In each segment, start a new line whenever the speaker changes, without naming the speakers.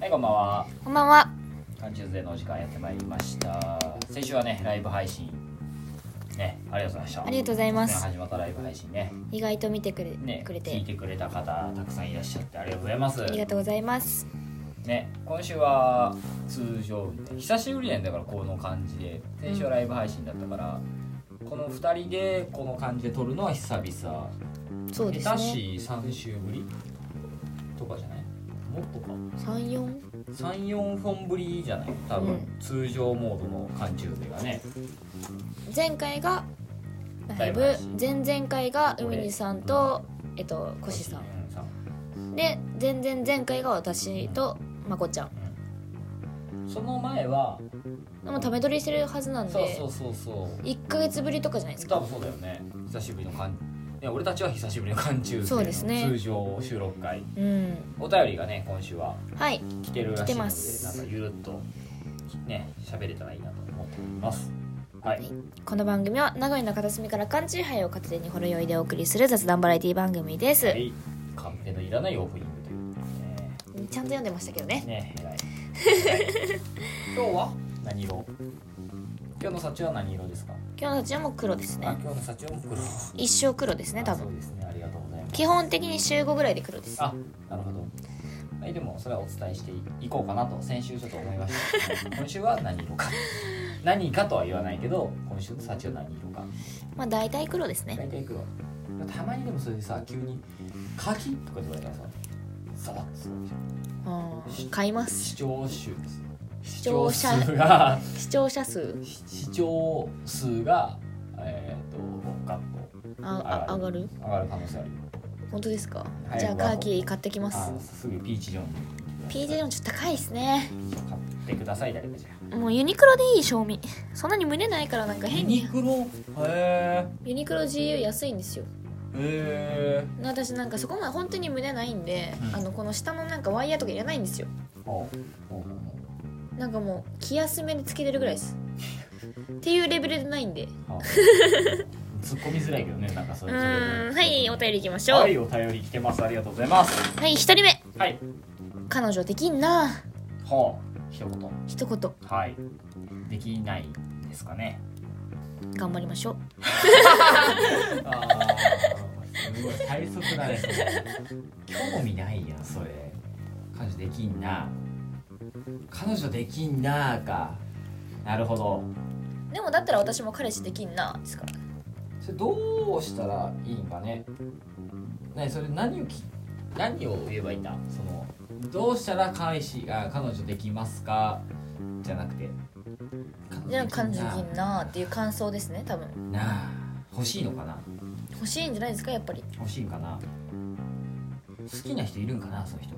はいこんばんは
こんばんは。
缶中勢のお時間やってまいりました先週はねライブ配信ねありがとうございました
ありがとうございます
ね始まったライブ配信ね
意外と見てくれ,、
ね
くれ
聞い
て
てくれた方たくさんいらっしゃってありがとうございます
ありがとうございます。
ね今週は通常みたい久しぶりなんだからこの感じで先週はライブ配信だったからこの2人でこの感じで撮るのは久々
そうです
下手
ね。
し3週ぶりとかじゃないもっとか
三四
34本ぶりじゃない多分、
うん
通常モードの缶中勢がね
前回がライブ
ライブ配
前々回が海にさんとえっとコシさ
うん
で前々前回が私とまこちゃん。
んその前は
でもため撮りしてるはずなん
そう
で
そうそうそう
一ヶ月ぶりとかじゃないですか。
多分そうだよね久しぶりの缶ね俺たちは久しぶりの缶中
そう
勢
ですね
の通常収録回
うん
お便りがね今週は
はい
来てるらしいので
来てま
なん
す
かゆるっとね喋れたらいいなと思っておりますはい、
はいこの番組は名古屋の片隅から缶チューハイを片手にほろ酔いでお送りする雑談バラエティ番組です、
はい、カンペのいらないオープニングということ
ちゃんと読んでましたけどね
でねね 偉い今日は何色今日の幸は何色ですか、
今日のうちはもう黒です
あ
ね
今日の幸は黒
一生黒ですね多
あそ
分
うですねありがとうございます
基本的に週5ぐらいで黒です
あなるほどはいでもそれはお伝えしていこうかなと先週ちょっと思いました 今週は何色か何かとは言わないけど今週の幸は何色か
まあ大体黒ですね
大体いくわたまにでもそれでさ急に「柿」とか言われたらささらっとするわけじゃん
うん買います
視聴集です視
聴者
数が
視聴者数
視視聴数がえっ、とガッ
ああ上がる
と上がる可能性あるよ
本当ですか、
はい
じゃあカーキー買ってきま
あ
す
すぐピーチジョンに行ってください
PJ でもちょっと高いですね
買ってください誰かじゃ
もうユニクロでいい賞味そんなに胸ないからなんか変に
クロへ
ユニクロ GU 安いんですよ
えへえ
私なんかそこまで本当に胸ないんで、
うん
あのこの下のなんかワイヤーとかいらないんですよ
おうおう
なんかもう気休めでつけてるぐらいですっていうレベルでないんで
おう 突っ込みづらいけどねなんかそうれそれ
ーんはいお便りいきましょう
は
はいい、
お便り来てますありがとうございます
一人目
はい
彼女できんな
ほう一言
一言
はいできないですかね
頑張りましょう
あーすごい最速だねそれ興味ないやんそれ彼女できんな彼女できんなかなるほど
でもだったら私も彼氏できんなですから
それどうしたらいいんかねねそれ何をき何を言えばいいんだそのどうしたら彼氏あ彼女できますかじゃなくて
じゃあ彼女でき
き
んなっていう感想ですね多分
んな欲しいのかな
欲しいんじゃないですかやっぱり
欲しいんかな好きな人いるんかなその人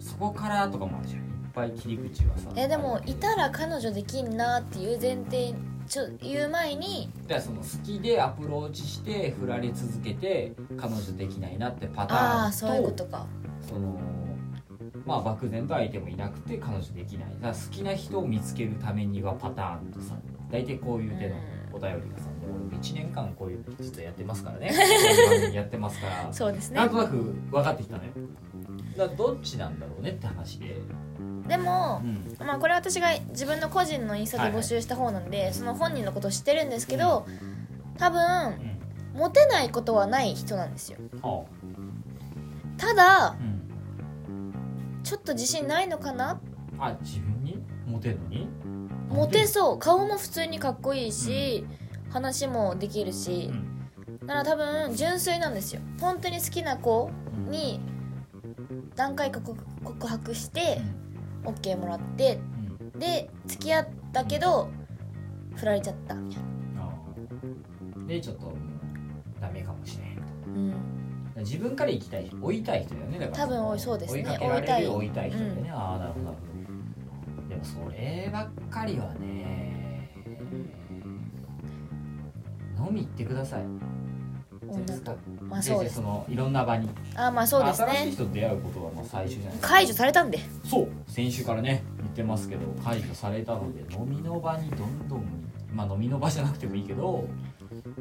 そこからとかもあるじゃんいっぱい切り口はさ
えでもいたら彼女できんなっていう前提ちょ言う前に
だからその好きでアプローチして振られ続けて彼女できないなってパターンと
ああーそういうことか
そのまあ漠然と相手もいなくて彼女できないだから好きな人を見つけるためにはパターンとさ大体こういう手のお便りがさ、もう1年間こういう実はやってますから ねこういう番組やってますから
そうです
な
ね
んとなく分かってきたのよだからどっちなんだろうねって話で、
でも
うん、
まあこれ私が自分の個人のインスタで募集した方なんで、その本人のことを知ってるんですけど多分
うん
モテないことはない人なんですよ
は
ただ
あ、うん、
ちょっと自信ないのかな
あ自分にモテるのに
モテそう顔も普通にかっこいいし、話もできるし
う、ん
なら多分純粋なんですよ本当に好きな子
うん
に何回か告告白して、OK もらって
うん
で付き合ったけど振られちゃったみたいな、
ああでちょっともうダメかもしれんと
うん、
自分から行きたい人追いたい人だよねだから
多分多いそうですね
追いかけられる追
追
い
い
た
た
い
い
人だよね、ああなるほどなるほどでもそればっかりはね飲み行ってください
女
ですか
とまあそうです
そのいろんな場に
あまあそうです
新しい
ね
人と出会うことはまあ最初じゃないですか
解除されたんで
そう先週からね言ってますけど解除されたので飲みの場にどんどんまあ飲みの場じゃなくてもいいけど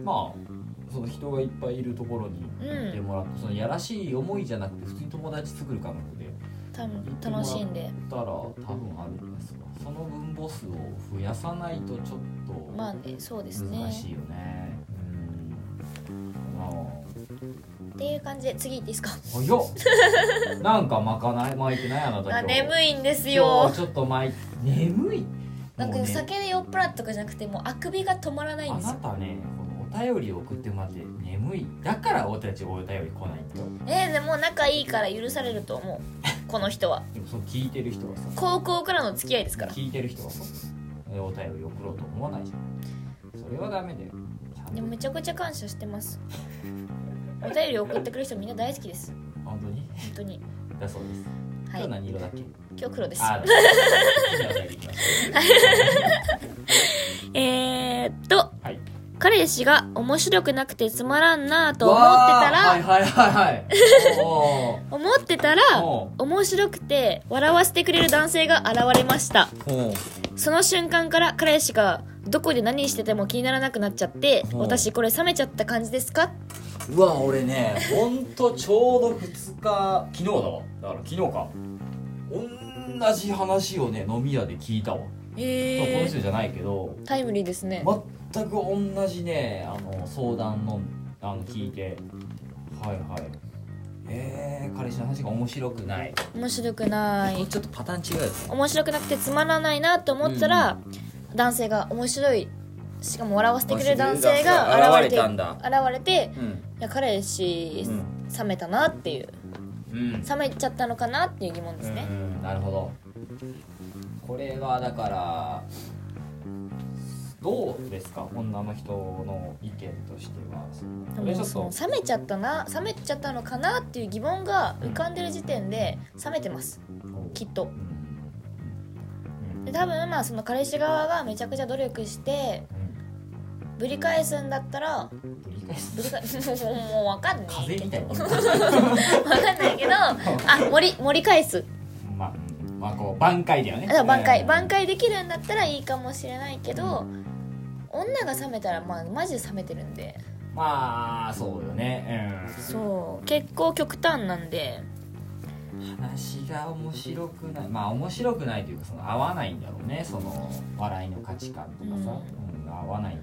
まあその人がいっぱいいるところに
う
行って
ん
もらってそのやらしい思いじゃなくて普通に友達作る感覚で
多分楽しんで
たら多分あるんですがその分母数を増やさないとちょっと
まあねそうですね
難しいよねうんまあ
っていう感じで次行っていいですか
早 っなんかまかない巻いてないあなた今
あ
日
眠いんです
今
よ
日ちょっと巻い眠い
なんか
もうね
酒で酔っ払ったとかじゃなくてもうあくびが止まらないん
あ
です
な
よ
たねこのお便りを送ってもらって眠いだから俺たちお便り来ないって
えー、でも仲いいから許されると思うこの人は
でもその聞いてる人がさ
高校からの付き合いですから
聞いてる人がさお便り送ろうと思わないじゃんそれはダメだよちゃんと
でもめちゃくちゃ感謝してますお便り送ってくる人みんな大好きです
本当に
本当に
だそうです、
は
今日
い
何色だっけ
今日黒です
あーだじゃあお便り行きましょ
えー、っと
うはい
彼氏が面白くなくてつまらんなぁと思ってたら、
わーはいはいはいはいお
思ってたら
ーお
面白くて笑わせてくれる男性が現れました
ーおー
その瞬間から彼氏がどこで何してても気にならなくなっちゃって
うん
私これ冷めちゃった感じですか
うわ俺ねほんとちょうど2日昨日だわだから昨日か同じ話をね飲み屋で聞いたわ、まあこの人じゃないけど
タイムリーですね
全く同じねあの相談のあの聞いてはいはいえー、彼氏の話が面白くない、
面白くない
ちょっとパターン違うやつ
面白くなくてつまらないなと思ったら、男性が面白いしかも笑わせてくれる男性が現れて
んだ
現れて
うん
いや彼氏、
うん
冷めたなっていう
うん
冷めちゃったのかなっていう疑問ですね、
うんなるほどこれはだからどうですか女の人の意見としてはこ
で
れちょ
も
っ
その
と
冷めちゃったな冷めちゃったのかなっていう疑問が浮かんでる時点で冷めてますきっと
うん
で多分まあその彼氏側がめちゃくちゃ努力してぶり返すんだったら
うんぶり返す
ぶり返 すもうもうわかんない
風みたいな
わかんないけどあ盛り盛り返す
まあ、うんまあこう挽回だよね
だから挽
う
回
ん
挽回できるんだったらいいかもしれないけど女が冷めたらまあマジで冷めてるんで
まあそうよね
そう結構極端なんで
うん話が面白くないまあ面白くないというかその合わないんだろうねその笑いの価値観とかさ、うん合わない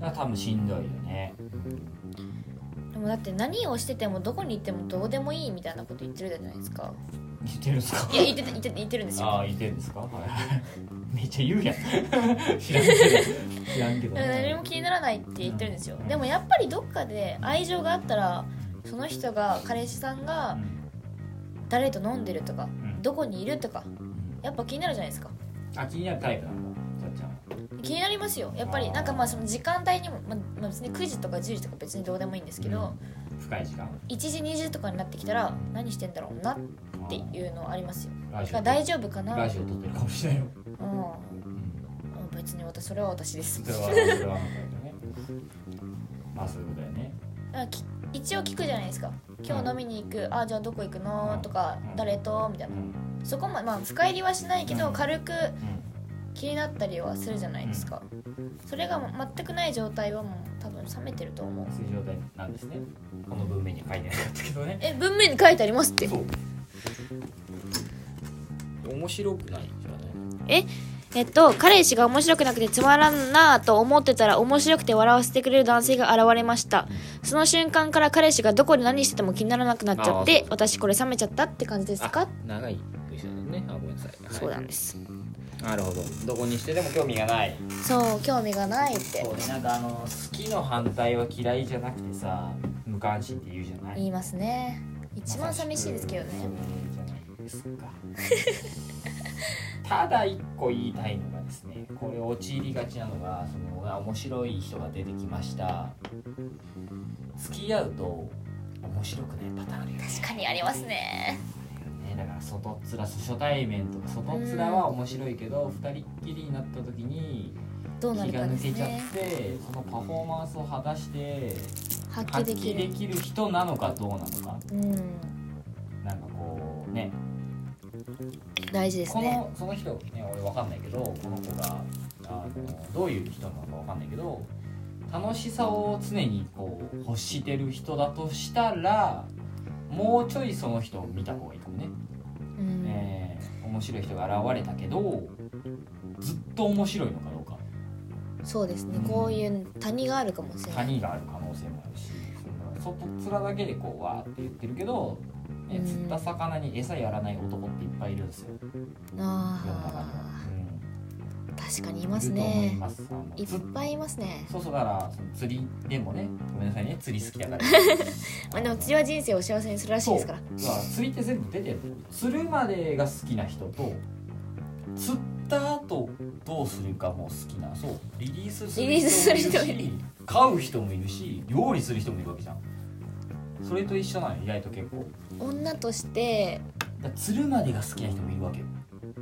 だから多分しんどいよね
でもだって何をしててもどこに行ってもどうでもいいみたいなこと言ってるじゃないですか
言ってるんですか
いや言ってた言ってた言ってるんですよ
ああ、いてるんですか。はい。めっちゃ言うやん。知らんけど。知らんけど。
うん何も気にならないって言ってるんですよでもやっぱりどっかで愛情があったらその人が彼氏さんが誰と飲んでるとか
ん
どこにいるとか
うん
やっぱ気になるじゃないですか
あ、気になるタイプなんだ。さっちゃんは。
気になりますよやっぱりなんかまあその時間帯にも、まあまあ、別に9時とか10時とか別にどうでもいいんですけど
深い時間。
1時2時とかになってきたら何してんだろうなっていうのはありますよ
ラ
だ
ジ
から
オ。
大丈夫かな
ラ
う
ジオ撮ってるかもしれないよ。
ん別に私それは私です
それは、そ れは、ね。まあ、そういうことだよね。
あき一応聞くじゃないですか今日飲みに行くあじゃあどこ行くのとか
うん。
誰とみたいうなんそこままあ深入りはしないけ
う
ど
ん
軽く
うん。
気になったりはするじゃないですかそれがもう全くない状態はもう多分冷めてると思う
そういう状態なんですね。この文面には書いてなかったけどね。
え文面に書いてありますって
そう。面白くないんじゃない。
ええっと彼氏が面白くなくてつまらんなぁと思ってたら面白くて笑わせてくれる男性が現れましたその瞬間から彼氏がどこで何してても気にならなくなっちゃっ
あーそう
て
そう
私これ冷めちゃったって感じですか
長い文章だね。あ、ごめんなさい。
そうなんです
なるほど。どこにしてでも興味がない。
そう興味がないって
そうねなんかあの好きの反対は嫌いじゃなくてさ無関心って言うじゃない
言いますね一番寂しいですけど
まさし
ね
くそうじゃないですかただ一個言いたいのがですねこれ陥りがちなのがそのあ面白い人が出てきました付き合うと面白くないパターンあるよね
確かにありますね
ねだから外っ面初対面とか外っ面は面白いけど二人っきりになった時に
どうな
気
る
が
かで
抜
す
けちゃっ
ね
てそのパフォーマンスを果たして
発揮
発
でき
揮で
る
きる人なのかどうなのか
うん
なんかこうね
大事です
こ
ね
のその人ね俺わかんないけどこの子があのどういう人なのかわかんないけど楽しさを常にこう欲してる人だとしたらもうちょいその人を見た方がいいかもね
う
面白い人が現れたけどずっと面白いのかどうか
そうですね、こういう谷があるかもしれない
谷がある可能性もあるしその外面だけでこうわーって言ってるけど、ね
うん
釣った魚に餌やらない男っていっぱいいるんですよ世の中には
あ。
うん
ー確かにい
い
ます
ると思い
ね
ます。あの
いっ
釣っ
ぱいいますね
そうそうだからその釣りでもねごめんなさいね釣り好きだから
まあでも釣りは人生を幸せにするらしいですから
そうだから釣りって全部出てる釣るまでが好きな人と釣った後どうするかも好きなそうリリースする
リリースする
人
人
も
も
い
い
る
る
し飼う人もいるし料理する人もいるわけじゃんそれと一緒なのよ意外と結構だか
女として
ら釣るまでが好きな人もいるわけよ、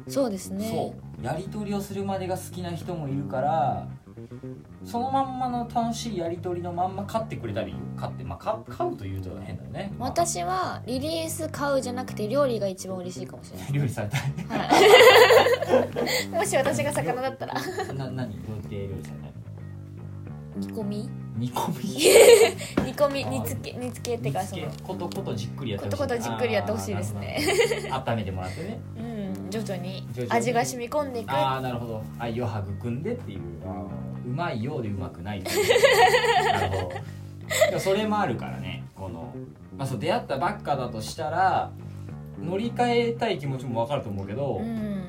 そうですね
そうやり取りをするまでが好きな人もいるからそのまんまの楽しいやり取りのまんま飼ってくれたり飼ってまあ飼飼うというと変だよね、まあ
私はリリース買うじゃなくて料理が一番嬉しいかもしれない
料理されたい
はい、 もし 私が魚だったら
な何どうやって料理されたいの
煮込み
煮込み
煮込み煮つけ煮つけってかその
煮つけことことじっくりやってほしい
ことことじっくりやってほしいですね
あーなるほど温めてもらってね
うん徐々に
徐々に
味が染み込んでいく
ああなるほど愛を育んでっていうあーうまいようでうまくない なるほどでもそれもあるからねこの、まあ、そう出会ったばっかだとしたら乗り換えたい気持ちもわかると思うけど、
うん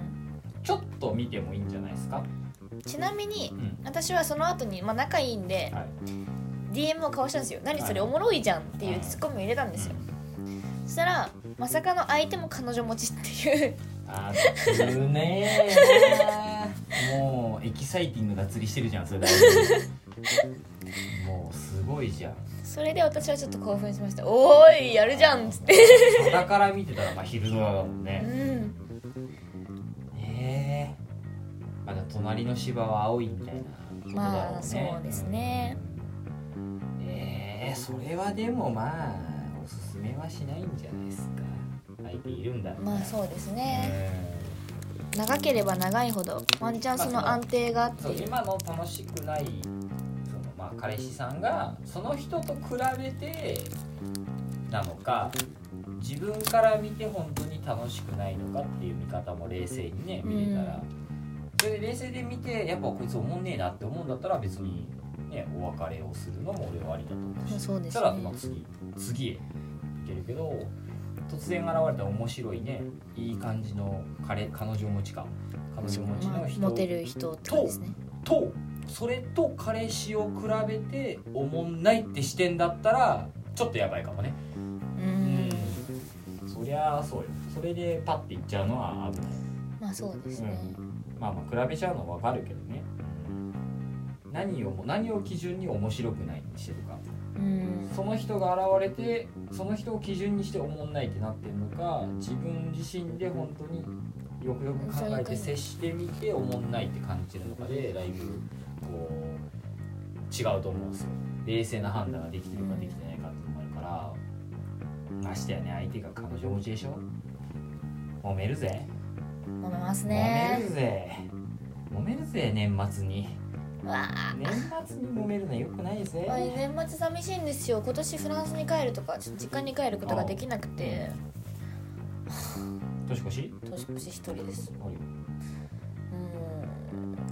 ちょっと見てもいいんじゃないですか、
ちなみに
うん
私はその後にまあ仲いいんで
はい、
DM を交わしたんですよ「何それおもろいじゃん」っていうツッコミを入れたんですよ
うん
そしたらまさかの相手も彼女持ちっていう
あー釣るね ーもうエキサイティングな釣りしてるじゃんそれだいぶもうすごいじゃん
それで私はちょっと興奮しました「おーいやるじゃん」っつ って
だから見てたらまあ昼ドラだもん
う
ね
ん
ええまあだから隣の芝は青いみたいなことだろうね
まあそうですね
うんええそれはでもまあおすすめはしないんじゃないですか相手いるんだ
まあそうですね
うん
長ければ長いほどワンチャンその安定がって
そう
いう
今の楽しくないその、まあ、彼氏さんがその人と比べてなのか自分から見て本当に楽しくないのかっていう見方も冷静にね見れたら、
う
それで冷静で見てやっぱこいつおもんねえなって思うんだったら別に、ね、お別れをするのも俺はありだと思うし
そうですね
したらまあ次次へいけるけど突然現れた面白いねいい感じの彼彼女持ちか彼女持ち
まあ
の人
モテる人ってことですね
とそれと彼氏を比べておもんないって視点だったらちょっとやばいかもね
う
うんそりゃそうよそれでパッていっちゃうのは危ない
まあそうですね、
まあまあ比べちゃうのはわかるけどね何をも何を基準に面白くないにしてるか
うん
その人が現れてその人を基準にしておもんないってなってるのか自分自身で本当によくよく考えて接してみておもんないって感じるのかでだいぶこう違うと思うんですよ冷静な判断ができてるかできてないかっていうのもあるからましてやね相手が彼女持ちでしょ揉めるぜ
思います
揉め
ね
るぜ揉めるぜ年末に
うわあ
年末に揉めるのはよくないぜ
まあ年末寂しいんですよ今年フランスに帰るとかちょっと実家に帰ることができなくて
年越し
年越し一人です
あるよ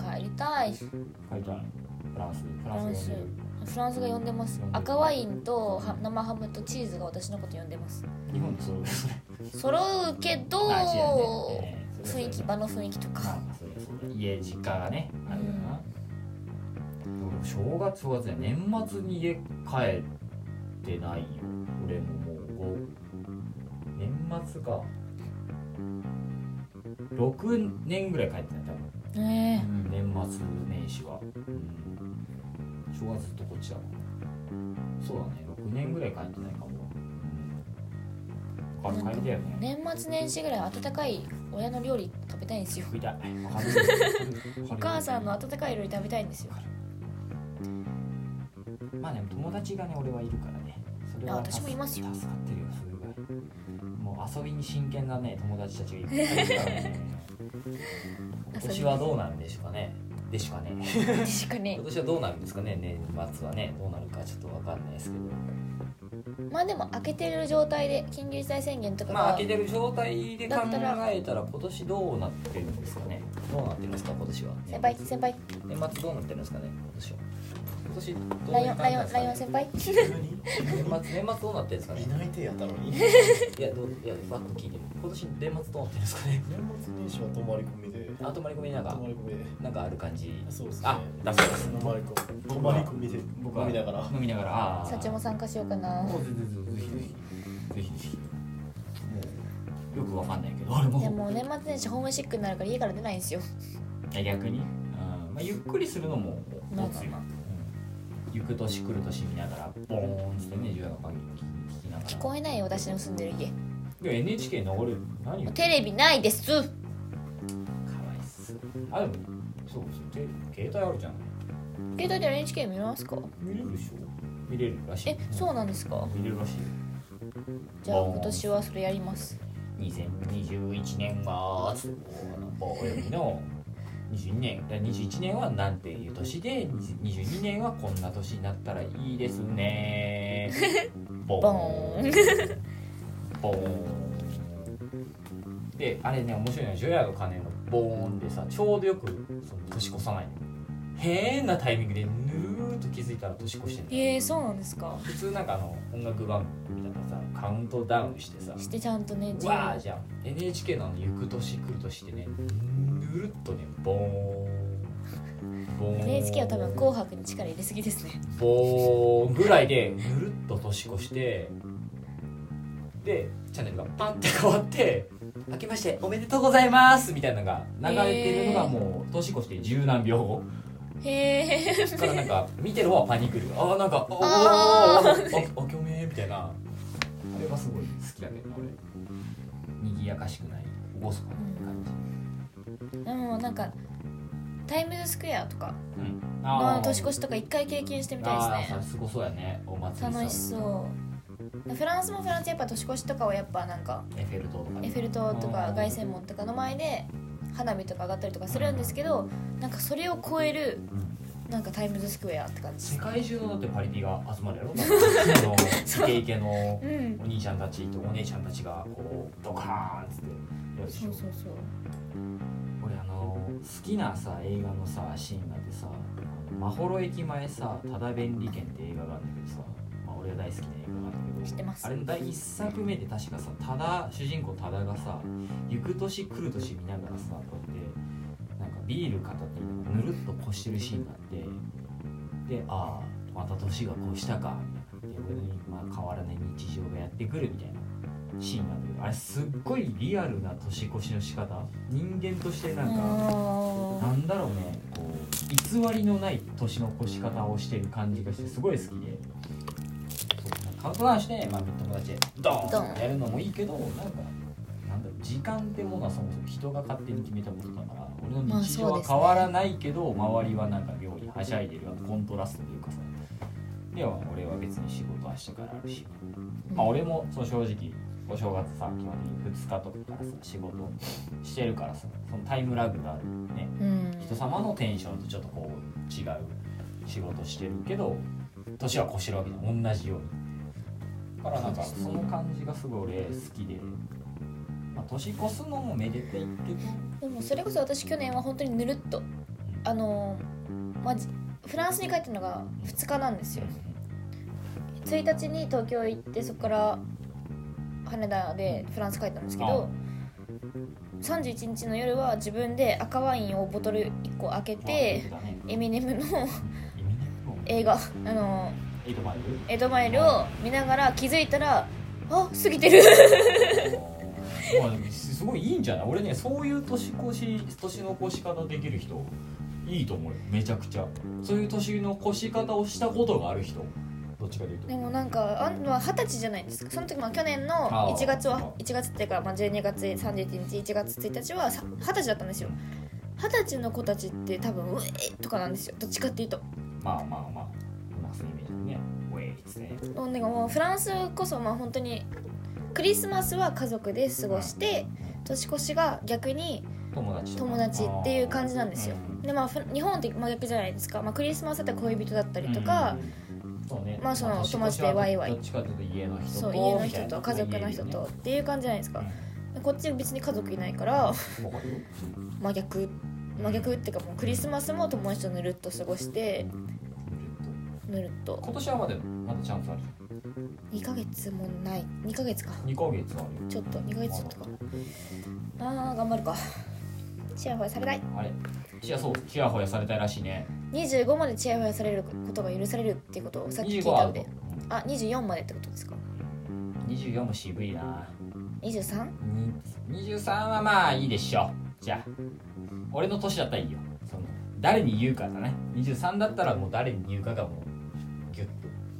うん帰りたいフ
書いてあるフランスフ
ランス
で
ランスが呼んでます赤ワインとは生ハムとチーズが私のこと呼んでます
日本でそうですね
揃うけど
あ違うねええそれ
雰囲気
ま
場の雰囲気と
あ
か
まあそれそうだ家実家がねあるよな、俺も正月正月で年末に家帰ってないよ俺ももうご年末か6年ぐらい帰ってない多分
ね
年末年始は、うん、正月ずっとこっちだもんそうだね6年ぐらい帰ってないかも、うん、他の帰りだよね
え年末年始ぐらい温かい親の料理食べたいんですよ
食いたいわかる
お母さんの温かい料理食べたいんです よ
まあね友達がね俺はいるからねそれは
あ私もいますよ
助かってるよすごいもう遊びに真剣なね友達たちがいっぱいいるからね 今年はどうなるんでしょうかねでしょうかね
確かに
今年はどうなるんですかね年末はねどうなるかちょっとわかんないですけど
まあでも開けてる状態で緊急事態宣言とかが、
まあ開けてる状態で考えたら今年どうなってるんですかねどうなってるんですか今年は
先輩先輩
年末どうなってるんですかね今年は今年どう
ライ
な
オ
っ
ン
て
ライ
る
オ
んで
ン
すか
ライオン
ね
先輩
年末年末どうなってるんですかね
いない手やったのに年
いやどういやバッと聞いて今年年末どうなってるんですかね
末年始は泊まり込みで
あ泊まり込みなんか
泊まり込みで
なんかある感じ
そうですね
あだそうです
泊まり込み泊まり込みで
僕は
飲みながら
飲みながらああ
社長も参加しようかな
もう全然ぜひぜひぜひぜひもうよくわかんないけど俺
いや
も
もう年末年始ホームシックになるから家から出ないんですよ
いや逆に、うんまあ、ゆっくりするのも
まあ
持つよ、うん、行く年来る年見ながらボーンってね重要な鍵聞きながら
聞こえないよ私の住んでる家
でも NHK 流れる何を
テレビないです
かわいっすあでもそうそうて携帯あるじゃん
携帯で NHK 見れますか
見れるでしょ見れるらしい
えそうなんですか
見れるらしい
じゃあ今年はそれやります
2021年は棒読みの22年だから21年はなんていう年で22年はこんな年になったらいいですねボ
ボ
ーンボーンであれね面白いのはジョヤの鐘のボーンでさちょうどよくその年越さないの変なタイミングでぬるーっと気づいたら年越してる
えー、そうなんですか
普通なんかあの音楽番組みたいなさカウントダウンしてさ
してちゃんとね
わあじゃん NHK のあの「行く年来る年」ってねぬるっとねボーンボーン
NHK は多分「紅白」に力入れすぎですね
ボーンぐらいでぬるっと年越してでチャンネルがパンって変わって「明けましておめでとうございます」みたいなのが流れてるのがもう年越して十何秒後
へえ
だからなんか見てる方はパニクるああなんか「おーお
あ
ーおおおきおめ」みたいなあれはすごい好きだけどな俺にぎやかしくない厳かな感じ
でもなんかタイムズスクエアとか
うん、
の年越しとか一回経験してみたいです
あー
ね
すごそうやねお祭りさ
楽しそうフランスもフランスやっぱ年越しとかはやっぱなんか
エッフェル塔とか
エッ
ね
フェル塔と
う
か
ん
凱旋門とかの前で花火とか上がったりとかするんですけどなんかそれを超えるなんかタイムズスクエアって感じ
世界中のだってパリピが集まるやろあのイケイケの
うん
お兄ちゃんたちとお姉ちゃんたちがこうドカーンっつってやるでし
そ
ょ
うそうそう
俺あの好きなさ映画のさシーンがあってさ「まほろ駅前さただ便利券」って映画があるんだけどさ、まあ、俺が大好きな映画なんだけど
知ってます
あれの第一作目で確かさただ主人公ただがさ行く年来る年見ながらさこうやってなんかビール片手にぬるっと越してるシーンがあってでああまた年が越したかみたいなで俺にまあ変わらない日常がやってくるみたいなシーンなんだけどあれすっごいリアルな年越しの仕方人間としてなんか
あ
なんだろうねこう偽りのない年の越し方をしてる感じがしてすごい好きでそうカウントダウンして、まあ、友達でド
ド
ーン
ーン
やるのもいいけどなんかなんだろう時間ってものはそもそも人が勝手に決めたことだから俺
ま
の
あ
日
そ
常
う
は
ですね
変わらないけど、周りはなんか妙にはしゃいでるコントラストというかさでは俺は別に仕事は明日からあるしまあ俺もそう正直お正月さ基本的に2日とかからさ仕事してるからさそのタイムラグがあるね
うん
人様のテンションとちょっとこう違う仕事してるけど年は越してるわけじゃん同じようにだからなんかその感じがすごい俺好きで、まあ、年越すのもめでていけど
でもそれこそ私去年は本当にぬるっとあのーまあじフランスに帰ったのが2日なんですよ1日に東京行ってそこから羽田でフランス帰ったんですけど31日の夜は自分で赤ワインをボトル1個開けて
まあね
エミネムの
意味ないもん
映画あの
エイトマイル
ーエドマイルを見ながら気づいたらあ過ぎてる
まあすごいいいんじゃない俺ねそういう年越し年の越し方できる人いいと思うよめちゃくちゃそういう年の越し方をしたことがある人どっちかというと
でもなんかあんまあ二十歳じゃないですかその時まあ去年の
あー
1月は1月っていうか、まあ、12月31日1月1日はさ二十歳だったんですよ二十歳の子たちって多分「うえ」とかなんですよどっちかっていうと
まあまあまあうまそういうイメージだねウェイっつってね
もうなんかもうフランスこそまあ本当にクリスマスは家族で過ごして年越しが逆に
友達とか
友達っていう感じなんですよ
うん
でまあふ日本って真逆じゃないですか、まあ、クリスマスだったら恋人だったりとか、
そうね
まあその
年越しは
友達でワイワイ
どっちかというと家の人と
そう家
み
の
た
人
いな
と家族の人とっていう感じじゃないです
う
か
ん、
こっち別に家族いないから
わかるよ
真逆真逆っていうかもうクリスマスも友達とぬるっと過ごしてぬるっと
今年はまだまだチャンスある
2ヶ月もない2ヶ月か
2ヶ月あるよ
ちょっと2ヶ月ちょっとかあー頑張るかチヤホヤされない
あれチヤそうチヤホヤされたいらしいね
25までチヤホヤされることが許されるっていうことをさっき聞いたんで
25
あ24までってことですか
あると24も渋いな
23?
に23はまあいいでしょうじゃあ俺の年だったらいいよその誰に言うかだね23だったらもう誰に言うかがもうギュッと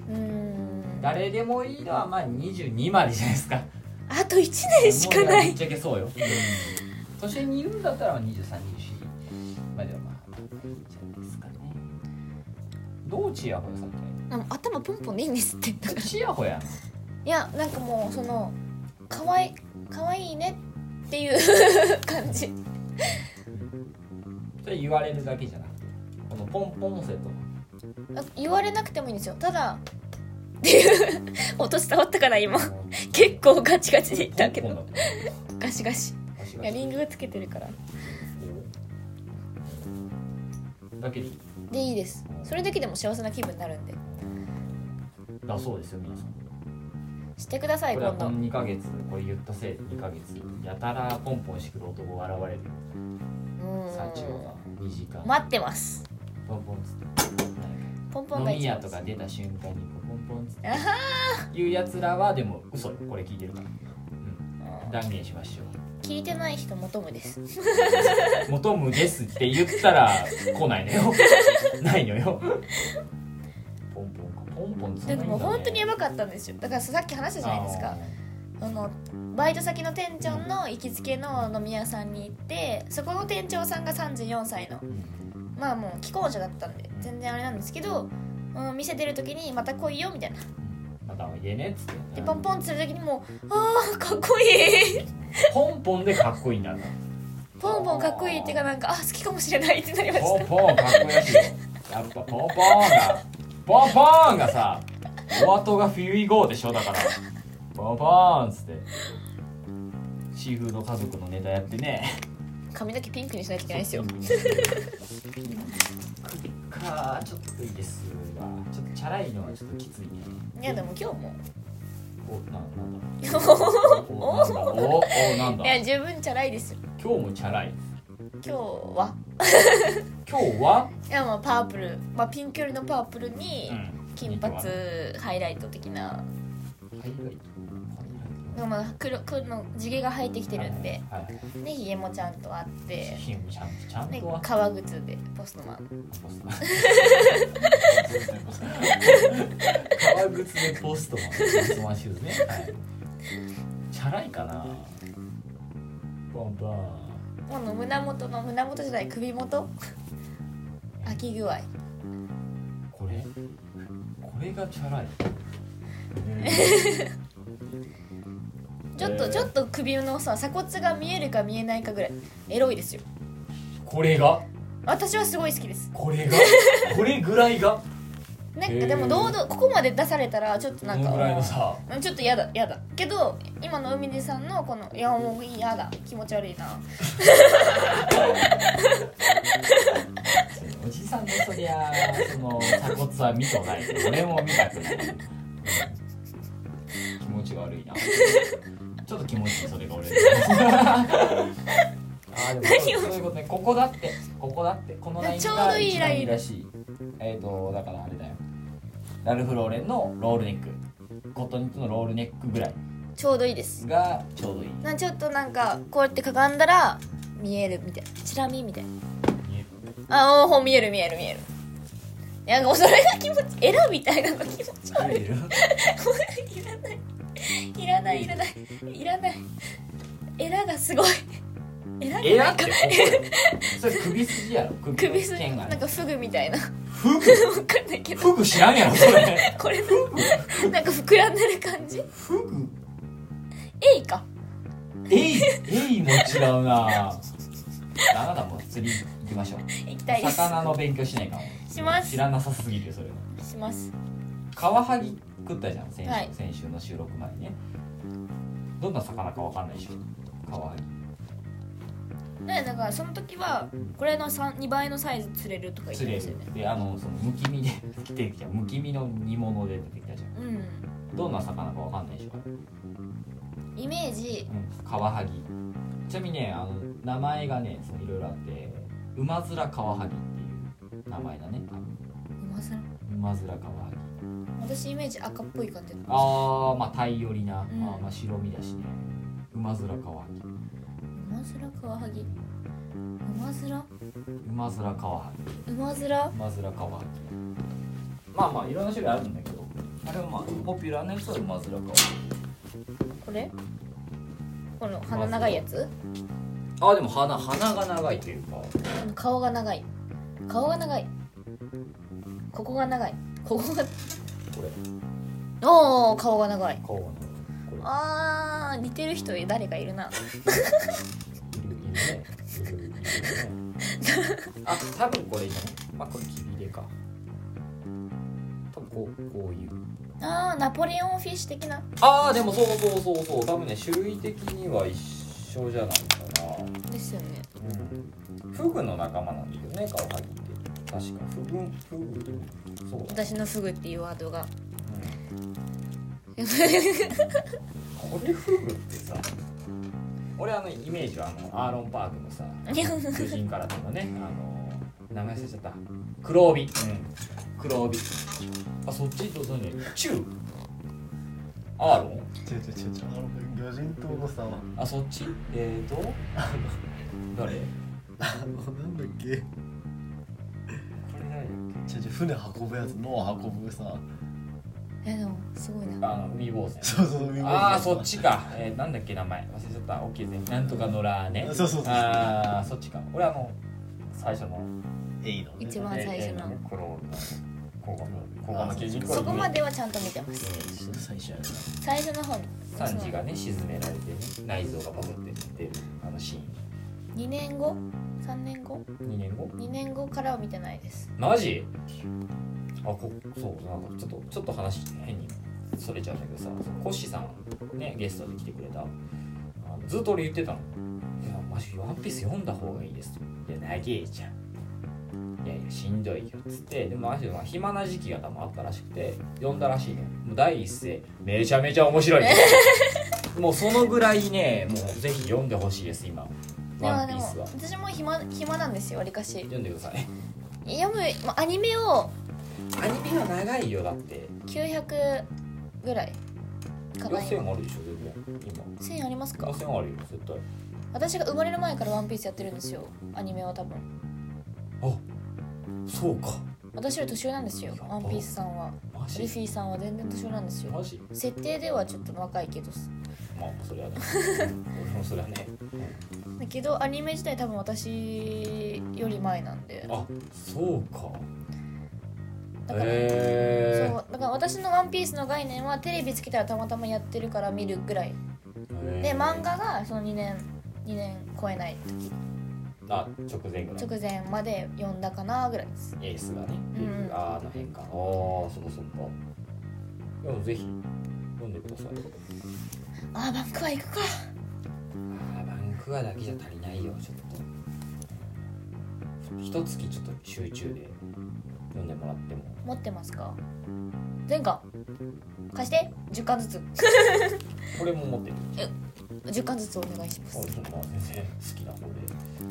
うーん
誰でもいいのはまあ22までじゃないですか
あと1年しか
もう
な
ぶ
い
っちゃけそうよ年に言うんだったら2324まではまあいいんじゃないですかねどうチヤホヤされたい
あの頭ポンポンでいいんですって
のチヤホヤ
いやなんかもうそのかわいかわいいねっていう 感じ
それ言われるだけじゃなくてこのポンポンセと
あ言われなくてもいいんですよただっていう音伝わったかな今 結構ガチガチで言ったけ
ポン
ど
ポンだけど
ガシガシいやリングつけてるから
だけで
でいいですそれだけでも幸せな気分になるんで
だそうですよ皆さん
してください
これは
今
こ
度
の2ヶ月これ言ったせいで2ヶ月やたらポンポンしてくる男が現れる
う
30
ん
が2時間
待ってます
ポンポンっつって
ポンポンが
飲み
一
屋
番
とか出た瞬間にポンポンっつって
あは
言うやつらはでも嘘よこれ聞いてるから、うん、
ー
断言しましょう
聞いてない人求むです
「求むです」って言った ら来ないのよないのよポンポンかポンポンつ
でもう本当にや
ば
ばかったんですよだからささっき話したじゃないですかあのバイト先の店長の行きつけの飲み屋さんに行ってそこの店長さんが34歳のまあもう既婚者だったんで全然あれなんですけど、うん、見せてる時に「また来いよ」みたいな
またおいでねっつって
でポンポンってする時にもう「あーかっこいい」
ポンポンでかっこいいんだな
ポンポンかっこいいっていうかなんかあ好きかもしれないってなりまし
ポ
た
ンポンかっこよしいよやっぱポンポンがポンポンがさお後が冬以降でしょだからポンポンっつってシーフード家族のネタやってね
髪の毛ピンクにしないといけないですよ
かちょっといいですがちょっとチャラいのはちょっときついね
いやでも今日も
おななん だ
い
おなんだおおなんだ
や十分チャラいですよ
今日もチャラい
今日は
今日はい
やまあパープル、まあ、ピンクよりのパープルに
うん
金髪
ハイ
ハイライト的な
ライトハイライト
まあ黒黒の地毛が生えてきてるんで
はいはい
ねひげもちゃんとあって
ひんちゃんちゃん
ね
とは
革靴でポストマン
ポストマン革靴でポストマンポストマンシューズね、はい、チャラいかなバンバン
あの胸元の胸元じゃない首元開き具合
これこれがチャラい
ちょっとちょっと首のさ鎖骨が見えるか見えないかぐらいエロいですよ
これが
私はすごい好きです
こ れがこれぐらいが
なん
へ
か
ー
でも堂々ここまで出されたらちょっと
こ
なんか
のぐらいのさ
うんちょっと嫌だ嫌だけど今の海根さんのこのいやもう嫌だ気持ち悪いな
おじさんのそりゃその鎖骨は見とない俺も見たくない気持ち悪いなちょっと気持ちいいそれが 俺あーでもそうそういうことねここだってここだってこのライン
ちょうど
が
いい
一
ライン
番いいらしいえっ、とだからあれだよラルフローレンのロールネックコットニットのロールネックぐらい
ちょうどいいです
がちょうどいい
なちょっとなんかこうやってかがんだら見えるみたいなチラ見みたいな
見える
あおほ見える見える見えるいやもうそれが気持ちエラみたいなの気持ち悪い
見える
いらないいらないいらないいらないエラがすごいエラ
え
が
らっ
なん
て
か
ここそれ首筋やろ首
首筋
剣が
なんかフグみたいな
フグ
分かんないけど
フグ知らんやろそれ
これなんか膨らんでる感じ
フグ
エイか
エイエイも違うなあなたも釣り行きましょう
行きたいです
魚の勉強しないかも
します
知らなさすぎるよそれは
します
カワハギ食ったじゃん先週,、
はい
先週の収録前ねどんな魚かわかんないでしょカワハギ
ねだからその時はこれの三2倍のサイズ釣れるとか言って
釣
ま
れ
したよね
るであのそのむき身で出てきたむき身の煮物で出てきたじゃ
うん
んどんな魚かわかんないでしょ、
イメージ
うん、カワハギちなみにねあの名前がねそのいろいろあって馬面カワハギっていう名前だね多分
今更
馬面カワハギ
私イメージ赤っぽい感じだった
あーまあタイ寄りな、
うん
まあ、まあ白身だしね馬面カワハギ
馬面カワハギ馬面
馬面カワハギ
馬
馬
面
面カワハギまあまあいろんな種類あるんだけどあれはまあポピュラーなやつは馬面カワハ
これこの鼻長いやつ
ギあーでも鼻鼻が長いというか
あの顔が長い顔が長いここが長いここ が
これ
おお顔が長い
顔が長い
あー似てる人誰かいるな
これいるいるねいるいるねあ多分これじゃないまあこれキビレか多分こうこういう
あーナポレオンフィッシュ的な
ああでもそうそうそうそう多分ね種類的には一緒じゃないかな
ですよね
うんフグの仲間なんだよねカワハギって確かフグフグそうだ、
私のフグっていうワー ドが
うん、これフグってさ俺あのイメージはあのアーロン・パークのさ巨人からとかねあの名前忘れちゃった黒帯、うん、黒帯あそっちとそうねチュウアーロン
違う違う違う違うあの魚人島のさ
あそっちえーと誰こ
あのなんだっけ違う
れ誰だっ
違う船運ぶやつ脳運ぶさ
えでもすごい
け
な
あの海坊主
そうそう海坊主
ああそっちか、えー、なんだっけ名前忘れちゃった OK ねなんとかのらーね
そうそうそうそう
ああそっちか俺あの最初の
エイのね
一番最初の
えー黒ここのここの記事
そこまではちゃんと見てます
最初やな
最初の方に
サンジがね沈められてね内臓がバブって出るあのシー
2年後3年後
ン2年後
2年後からは見てないです
マジあこそうなんかちょっとちょっと話変にそれちゃうんだけどさそのコッシーさんねゲストで来てくれたあのずっと俺言ってたの「いやマジワンピース読んだ方がいいです」と「いや長えじゃん」「いやいやしんどいよ」っつってでもマジでまあ暇な時期が多分あったらしくて読んだらしいねもう第一声「めちゃめちゃ面 白い」もうそのぐらいねもうぜひ読んでほしいです今「
で
ワ
も
ン
で
ピー
も
スは
私も暇暇なんですよわりかし
読んでください
読むまアニメを
アニメは長いよだって
900ぐらい
予
かな
選あるでしょ全然今
1000ありますか
予選あるよ絶対
私が生まれる前から「ワンピースやってるんですよアニメは多分
あそうか
私より年上なんですよ「ワンピースさんは
マ
ル
ジ
フィさんは全然年上なんですよ
マジ
設定ではちょっと若いけど
まあそれは ね俺もそれはね
だけどアニメ自体多分私より前なんで
あそうか
だから、
へえ
そうだから私の「ワンピースの概念はテレビつけたらたまたまやってるから見るぐらいで漫画がその2年2年超えない
画あ直前ぐらい
直前まで読んだかなぐらいです
エースがね、
うん
あの変化ああーそっかそっかでもぜひ読んでください
あーバンクは行くか
あーバンクアだけじゃ足りないよちょっと一月ちょっと集中で読んでもらっても
持ってますか全巻貸して10巻ずつ
これも持ってる
10巻ずつお願いします
まあ全然好きな方で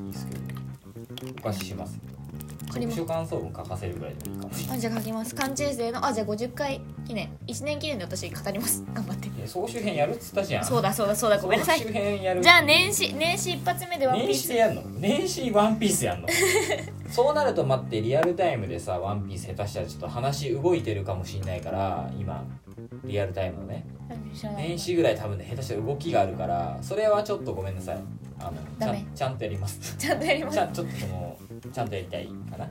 いいですけどお貸しします
借ります
読書感想文書かせるぐらいでもいいかもしれない
あじゃあ書きます完成生のあじゃあ50回記念1年記念で私語ります 頑張って
いや総集編やるっつったじゃん
そう
だ
だそうだそうだごめんなさい
総集編やる
じゃあ年始年始一発目でワンピー
年始
ス
でやんの年始ワンピースや んのそうなると待ってリアルタイムでさワンピース下手したらちょっと話動いてるかもしんないから今リアルタイムのね
知らない
年始ぐらい多分ね下手したら動きがあるからそれはちょっとごめんなさいあのちゃ
ダメ
んちゃんとやります
ちゃんとやりま
ち
す
ゃんちょっとそのちゃんとやりたいかな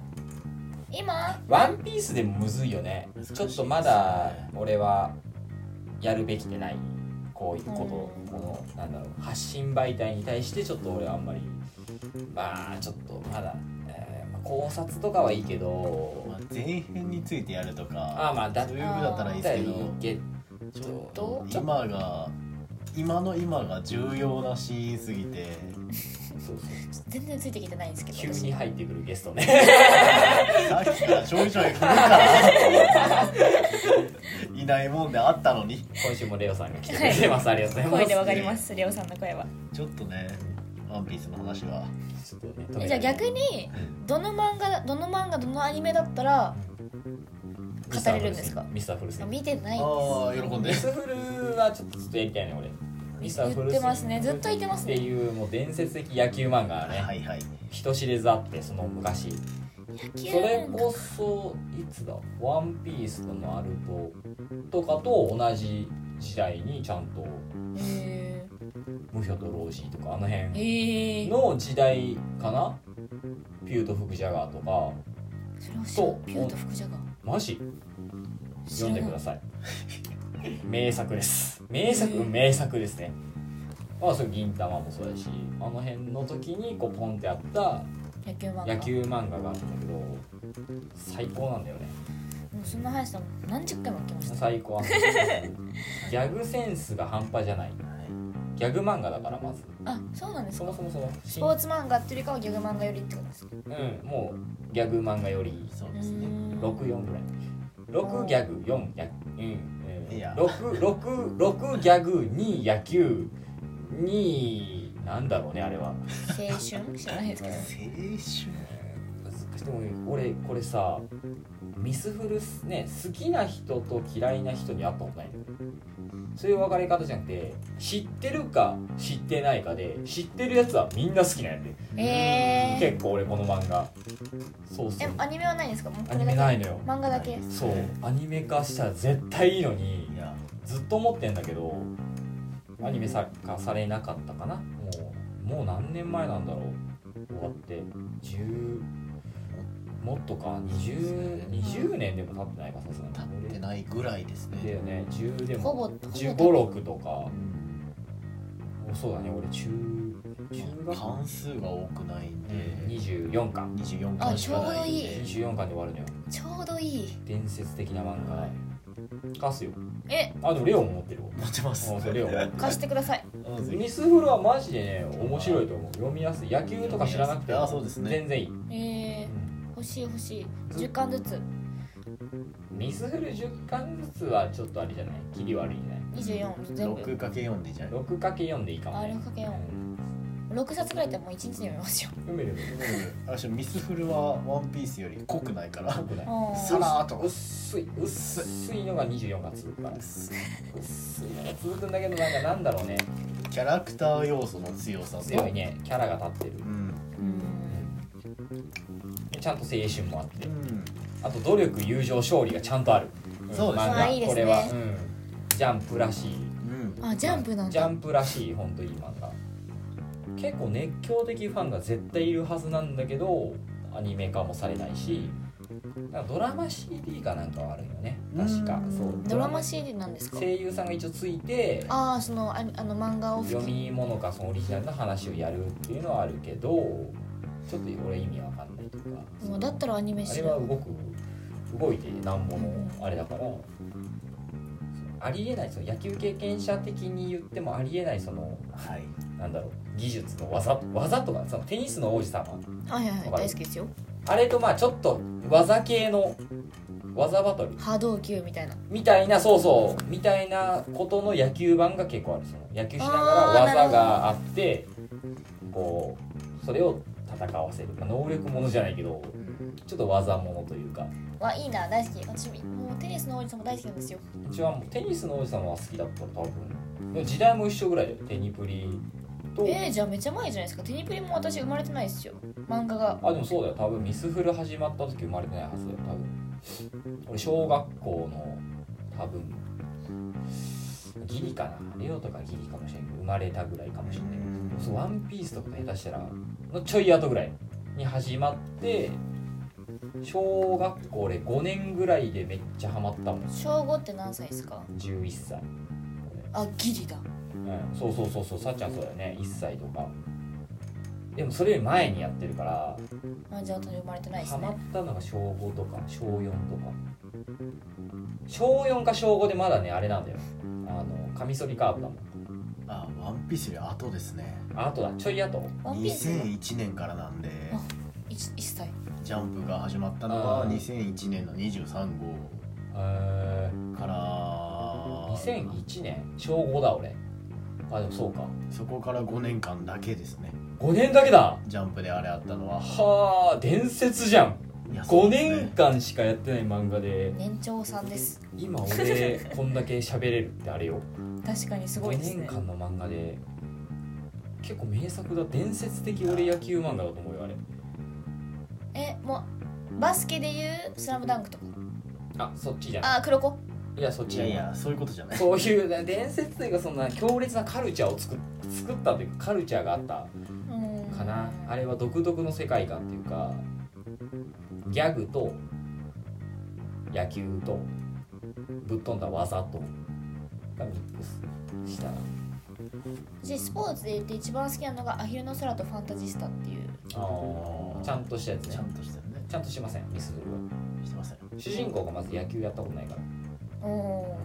今
ワンピースでもむずいよね
難しい
ちょっとまだ俺はやるべきでないこういうこ
うん
とこのなんだろう発信媒体に対してちょっと俺はあんまりまあちょっとまだ、えーまあ考察とかはいいけど
まあ、前編についてやると
あ
か
あまあだっ
そう
た
いうふうだったらいい
ら
で
い
す
いけ
けどちょっ
ど
と
う
今が今の今が重要なシーンすぎて
そうそう
全然ついてきてないんですけど
急
私
に入ってくるゲスト ね
さっきからちょいちょい振るからいないもんであったのに
今週もレオさんが来てくれてます、ありがとうござい
声
ま
ですわかりますレオさんの声は
ちょっとねワンピースの話は
ちょっとね
えじゃあ逆にどの漫画どの漫画どのアニメだったら
ミスター
語れるんですか
ミスターフルセン
見てないんです
ああ喜んで
ミスフルはちょっとずっとやりたいね俺ミスターフ
言っ
ル
て
セン
ますねずっと言ってま
っ
す
て
ね
いうもう伝説的野球漫画がね、
はいはい
人知れずあってその昔
野
そ
球
れこそいつだ「ワンピースのナルトとかと同じ時代にちゃんと
へ
「ムヒョとロージー」とかあの
え
辺
へえ
の時代かなピュート・フクジャガーとか
それを知
そ
る
う
ピュート福ジャガー
マジ
知ら
読んで
ない
ください名作です名作名作ですねまあそれ銀玉もそうだしあの辺の時にこうポンってあった
野球漫画
野球漫画があるんだけど最高なんだよね
もうそんな話だもん何十回も来ました
最高ギャグセンスが半端じゃないギャグ漫画だからまず
あそうなんです
そ
か
もそもその
スポーツ漫画っていうよりかはギャグ漫画よりってことですか
うんもうギャグ漫画より
そう
う
ですね
ーん
64ぐらい6ギャグ4ギャグ
いや
うん6 6ギャグ2野球2なんだろうねあれは
青春知らないですけど
青春
でも俺これさミスフルスね好きな人と嫌いな人に会ったことないのよそういう別れ方じゃなくて知ってるか知ってないかで知ってるやつはみんな好きなんやって
えー、
結構俺この漫画そうそう
えアニメはないんですかもうこ
ア
れ
ニ
だ
メ
け
ないのよ
漫画だけ
そうアニメ化したら絶対いいのに
いや
ずっと思ってんだけどアニメさ化されなかったかなもうもう何年前なんだろう終わって10もっとか 20, 20年でも経ってないかさすがに
立ってないぐらいです
だ
ね
よね10で
ほ
も
ぼほぼ
1 5六6とか
うん
そうだね俺中中学
関数が多くないんで
24巻
24
あ
巻しかないん
ちょうど
で
24巻で終わるのよ
ちょうどいい
伝説的な漫
は
画貸すよ
え
あでもレオンも持ってるわ
持ってま
あ
す
そうレオン持ってる
貸してください
うんぜひ
ミスフルはマジでね面白いと思う読みやすい野球とか知らなくて
あ
も
そうですね
全然いい
えー、欲しい欲しい10巻ずつ
ミスフル10巻ずつはちょっとあれじゃない切り悪いね
24全部
6×4 でじゃない
6×4 でいいかも、ね、
6×4 6冊ぐらいだったらもう1日で読みますよ
読める読
あしミスフルはワンピースより濃くないから
める
あー
さらーっと
薄い薄いのが24が続くから薄いのが続くんだけどなんかなんだろうね
キャラクター要素の強さと
強いねキャラが立ってる
うん
うん
ちゃんと青春もあって
うん
あと努力友情勝利がちゃんとある、ん
そうです
漫
ね
まあ
画
いいですね
これは、うん、ジャンプらしい
うん
あジャンプなん
ジ
だ
ャンプらしい本当いい漫画結構熱狂的ファンが絶対いるはずなんだけどアニメ化もされないしなんかドラマ CD かなんかはあるよね確か
うん
そう
ドラマ CD なんですか
声優さんが一応ついて
ああそのああの漫画を
読み物かそのオリジナルの話をやるっていうのはあるけどちょっと俺意味わかんないというか
もうだったらアニメ
あ
し
れ
よ
は
う
動く動いてなんぼのあれだからそうありえないその野球経験者的に言ってもありえないその
はい
なんだろう技術の技技とかそのテニスの王子様
はいはいはい大好きですよ
あれとまあちょっと技系の技バトル
波動球みたいな
みたいなそうそうみたいなことの野球版が結構あるその野球しながら
あーなるほど
技があってこうそれを戦わせる、まあ、能力ものじゃないけどちょっと技ものというか
わいいな大好き私もうテニスの王子様大好きなんですよ
うちはもうテニスの王子様は好きだったら多分でも時代も一緒ぐらいだよテニプリと、
えー、じゃあめっちゃ前じゃないですかテニプリも私生まれてないですよ漫画が
あでもそうだよ多分ミスフル始まった時生まれてないはずだよ多分俺小学校の多分ギリかなレオとかギリかもしれんけど生まれたぐらいかもしれないそうワンピースとか下手したらのちょい後ぐらいに始まって小学校俺5年ぐらいでめっちゃハマったもん
小5って何歳ですか
11歳
あギリだ
うん、そうそうそうそうさっちゃんそうだよね1歳とかでもそれより前にやってるから
あじゃあ私生まれてないです
ハマっ
ね
たのが小5とか小4とか小4か小5でまだねあれなんだよあのカミソリカーブだもん
あワンピースより後ですね
あとだちょい後
ワンピースは
2001年からなんで
あ一一歳
ジャンプが始まったの
あ
が
ー
2001年の23号
え
から
2001年小5だ俺あでもそうか
そこから5年間だけですね
5年だけだ
ジャンプであれあったのは
はあ伝説じゃん
いやそ
5
うですね
年間しかやってない漫画で
年長さんです
今 俺こんだけ喋れるってあれよ
確かにすごいですね
5年間の漫画で結構名作だ伝説的俺野球漫画だと思うよあれ
えもうバスケでいう「スラムダンクとか
あそっちじゃん
あ黒子
いやそっち
い
じゃ
や
ん
いやそういうことじゃな い
そういうね伝説というかそんな強烈なカルチャーを作っ作ったというかカルチャーがあった
うん
かなあれは独特の世界観っていうかギャグと野球とぶっ飛んだ技とがミックスした
私スポーツで言って一番好きなのが「アヒルの空とファンタジスタ」っていう
ー
ちゃんとしたやつ
ち
ね
ゃんとしてるね
ちゃんとしてませんミスするは
してません
主人公がまず野球やったことないから
お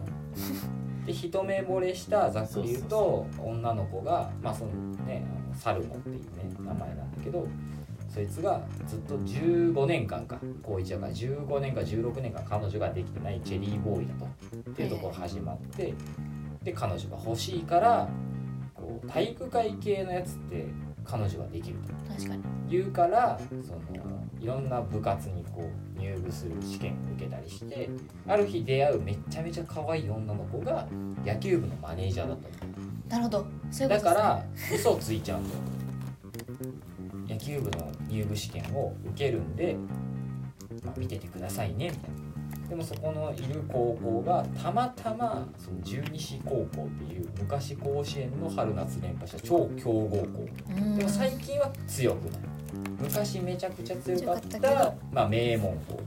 で一目惚れしたざっくり言うと女の子がまあそのねあのサルモっていうね名前なんだけどそいつがずっと15年間か高1だから15年か16年間彼女ができてないチェリーボーイだとっていうところ始まってで彼女が欲しいからこう体育会系のやつって彼女ができると
確かに
いうからそのいろんな部活にこう入部する試験を受けたりしてある日出会うめちゃめちゃ可愛い女の子が野球部のマネージャーだったり
なるほどそうい
だ
うことですね
から嘘ついちゃうんだよ野球部の入部試験を受けるんで、まあ見ててくださいねみたいなでもそこのいる高校がたまたまその十二支高校っていう昔甲子園の春夏連覇した超強豪校
うん
でも最近は強くない昔めちゃくちゃ強かった
強かったけ
まあ、名門校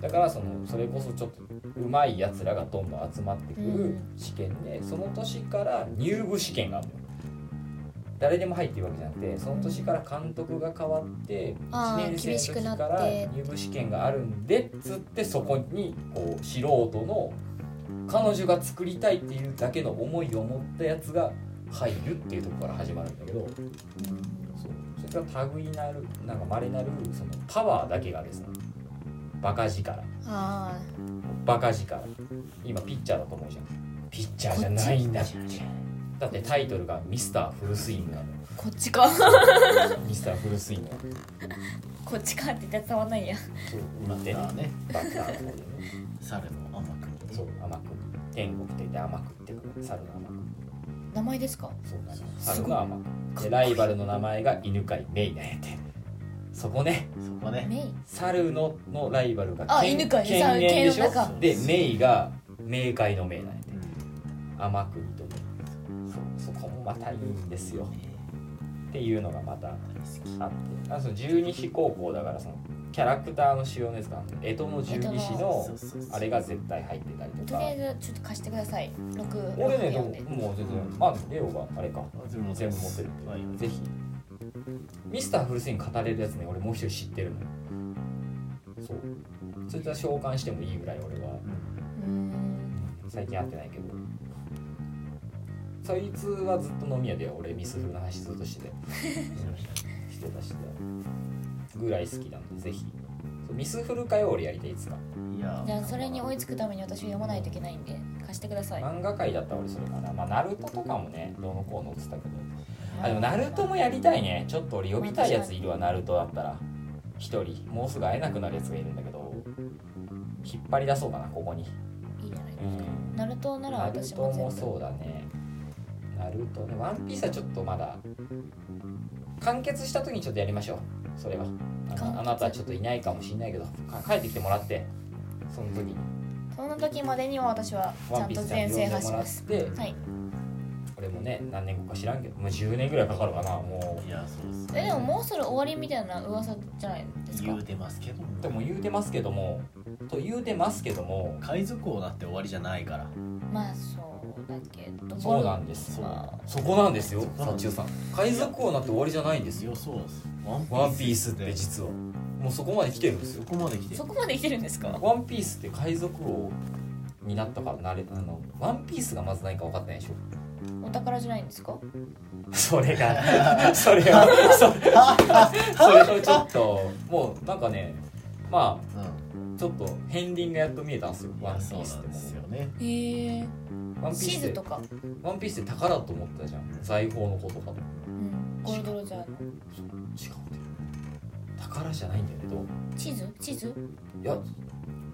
だからそのそれこそちょっとうまいやつらがどんどん集まってく
う
る
ん
試験で、その年から入部試験があるのよ誰でも入ってるわけじゃなくてその年から監督が変わって
あ
1
ー
年生の時から
厳しくなって
入部試験があるんでっつってそこにこう素人の彼女が作りたいっていうだけの思いを持ったやつが入るっていうところから始まるんだけど。そうそれから類いなるなんか稀なるそのパワーだけがですねバカ力
あ
バカ力今ピッチャーだと思うじゃんピッチャーじゃないんだだってタイトルがミスターフルスイングな
あこっちか
のミスターフルスイングなの
こっちかって言ったら伝わんないや
そう
ま
打ってね
たね
バッターの方でね
猿の甘くに
そう甘く天国って言って甘くってくる猿の甘く
名前ですか
そうなの
す
猿
ごい
の甘くでライバルの名前が犬飼メイなんやってそこね
そこね
メイ
猿ののライバルが
あ
犬
犬飼
犬猿でし
犬
ょ
の中
でメイが冥界のメイなんやて
うん
天国とねそそこもまたいいんですよっていうのがまたあ
大好
っ
き
てあその十二支高校だからそのキャラクターの主要のやつか江戸の十二支の
そうそうそう
あれが絶対入ってたりと
と
か
りあえずちょっと貸してください六
俺ねで
読
も
んで
もう全然まあレオがあれか
全部
全部持ってる
はい
ぜひミスターフルスイング語れるやつね俺もう一人知ってるのよそうそいつは召喚してもいいぐらい俺は
うん
うーん
最近会ってないけどそいつはずっと飲み屋で俺ミスフルの話ずっとしててしてたしてたぐらい好きなんでぜひそうミスフル会を俺やりたいいつか
いや
じゃあそれに追いつくために私は読まないといけないんで貸してください
漫画界だったら俺それかなまあナルトとかもねどうのこうのっつったけどあでもナルトもやりたいねちょっと俺呼びたいやついるわナルトだったら一人もうすぐ会えなくなるやつがいるんだけど引っ張り出そうかなここに
いいじゃないで
う
すか
ん
ナルトなら
ナル
私
ト
も
も
全
そうだね。ナルトね。ワンピースはちょっとまだ完結した時にちょっとやりましょう。それは。あ
完結
のあなたはちょっといないかもしれないけど、か帰ってきてもらって、その時に
部その時までには私はち
ワ
ゃ
ン
ん
ピー
と
スちゃん
全
と読んで
制覇
も
し
ら
ま
っ
す
て、
はい
俺もね、何年後か知らんけど、もう10年ぐらいかかるかな、も
いやそうそう
えでももうそれ終わりみたいな噂じゃないですか
言うてますけど
う。でも言うてますけども、と言うてますけども、
海賊王だって終わりじゃないから
まあそうだっけどこ
そうなんです
そう
ま
そこなんですよ
こなん
サ
で
チ
す
ュさん海賊王なんて終わりじゃないんですよ
よそうですワ
ワンピースって実はもうそこまで来てるんです
そ
よ
こまで来
あ
て
そこまで来てるんですか
ワンピースって海賊王になったからなれあのワンピースがまず何か分かってないでしょ
お宝じゃないんですか
それが それはそれそれとちょ っともうなんかねまあ
うん
ちょっと片鱗がやっと見えたんですよ
い
ワン
や
ピ
そう
ース
な
って
んで
も
すよね
へえ
のワンピー
シ
ス
ー
っ
ズ
て
とか、
ワンピースって宝だと思ったじゃん財宝のことかと
うん、ゴールドロジャーの
違うんだよ宝じゃないんだけど
地図地図
いや